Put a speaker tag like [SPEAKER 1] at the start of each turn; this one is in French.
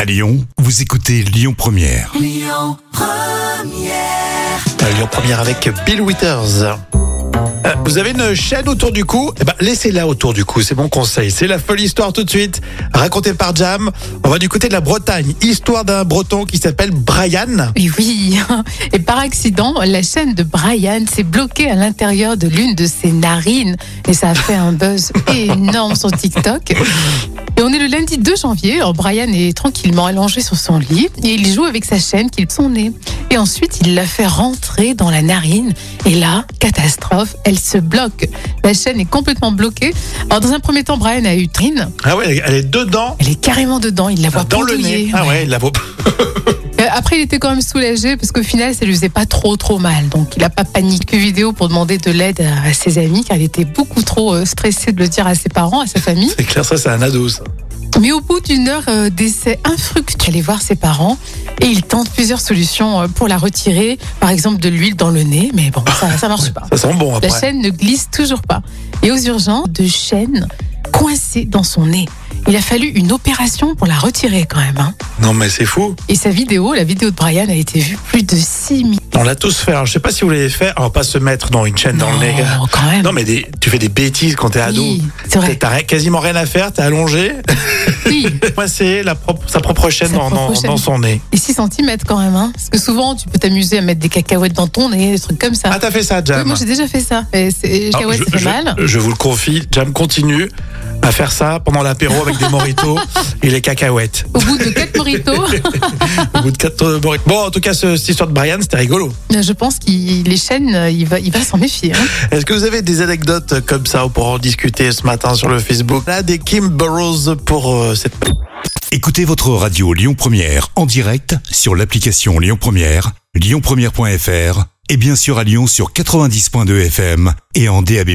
[SPEAKER 1] À Lyon, vous écoutez Lyon Première.
[SPEAKER 2] Lyon Euh, Première avec Bill Withers. Euh, Vous avez une chaîne autour du cou eh ben, Laissez-la autour du cou, c'est mon conseil. C'est la folle histoire tout de suite, racontée par Jam. On va du côté de la Bretagne. Histoire d'un breton qui s'appelle Brian.
[SPEAKER 3] Et oui, et par accident, la chaîne de Brian s'est bloquée à l'intérieur de l'une de ses narines et ça a fait un buzz énorme sur TikTok. Et on est le lundi 2 janvier, alors Brian est tranquillement allongé sur son lit et il joue avec sa chaîne qu'il son nez. Et ensuite, il la fait rentrer dans la narine et là, catastrophe, elle se bloque. La chaîne est complètement bloquée. Alors dans un premier temps, Brian a eu trine,
[SPEAKER 2] Ah ouais, elle est dedans,
[SPEAKER 3] elle est carrément dedans, il la voit
[SPEAKER 2] dans le
[SPEAKER 3] pendouiller.
[SPEAKER 2] nez. Ah ouais, la vaut.
[SPEAKER 3] Euh, Après, il était quand même soulagé parce qu'au final, ça lui faisait pas trop trop mal. Donc, il a pas paniqué vidéo pour demander de l'aide à, à ses amis, car il était beaucoup trop euh, stressé de le dire à ses parents, à sa famille.
[SPEAKER 2] C'est clair, ça, c'est un ado, ça.
[SPEAKER 3] Mais au bout d'une heure euh, d'essai infructueux, il allait voir ses parents et il tente plusieurs solutions euh, pour la retirer, par exemple de l'huile dans le nez. Mais bon, ça, ça marche pas.
[SPEAKER 2] Ça sent bon après.
[SPEAKER 3] La chaîne ne glisse toujours pas. Et aux urgences, de chaînes coincées dans son nez. Il a fallu une opération pour la retirer quand même. hein.
[SPEAKER 2] Non, mais c'est fou.
[SPEAKER 3] Et sa vidéo, la vidéo de Brian, a été vue plus de 6 millions.
[SPEAKER 2] On l'a tous fait. Alors, je sais pas si vous l'avez fait. On va pas se mettre dans une chaîne dans le nez.
[SPEAKER 3] Non, quand même.
[SPEAKER 2] Non, mais des- tu fais des bêtises quand t'es ado.
[SPEAKER 3] Oui, c'est vrai.
[SPEAKER 2] T'as rien- quasiment rien à faire, t'es allongé.
[SPEAKER 3] Oui.
[SPEAKER 2] Moi, c'est la propre, sa propre chaîne
[SPEAKER 3] Sa
[SPEAKER 2] dans,
[SPEAKER 3] propre
[SPEAKER 2] dans-
[SPEAKER 3] chaîne.
[SPEAKER 2] dans son nez.
[SPEAKER 3] Et 6 cm quand même, hein. Parce que souvent, tu peux t'amuser à mettre des cacahuètes dans ton nez, des trucs comme ça.
[SPEAKER 2] Ah, t'as fait ça, Jam
[SPEAKER 3] oui, moi, j'ai déjà fait ça. Et c'est- et les
[SPEAKER 2] Ah,
[SPEAKER 3] cacahuètes,
[SPEAKER 2] je,
[SPEAKER 3] ça fait
[SPEAKER 2] je-
[SPEAKER 3] mal.
[SPEAKER 2] je vous le confie, Jam continue à faire ça pendant l'apéro avec des moritos et les cacahuètes.
[SPEAKER 3] Au bout de 4 moritos,
[SPEAKER 2] Au bout de quatre moritos. Bon, en tout cas, ce- cette histoire de Brian, c'était rigolo.
[SPEAKER 3] je pense qu'il les chaînes, euh, il va, il va s'en méfier. hein.
[SPEAKER 2] Est-ce que vous avez des anecdotes comme ça pour en discuter ce matin sur le Facebook Là, des Kim Burrows pour euh, cette
[SPEAKER 1] Écoutez votre radio Lyon Première en direct sur l'application Lyon Première, lyonpremière.fr et bien sûr à Lyon sur 90.2 FM et en DAB+.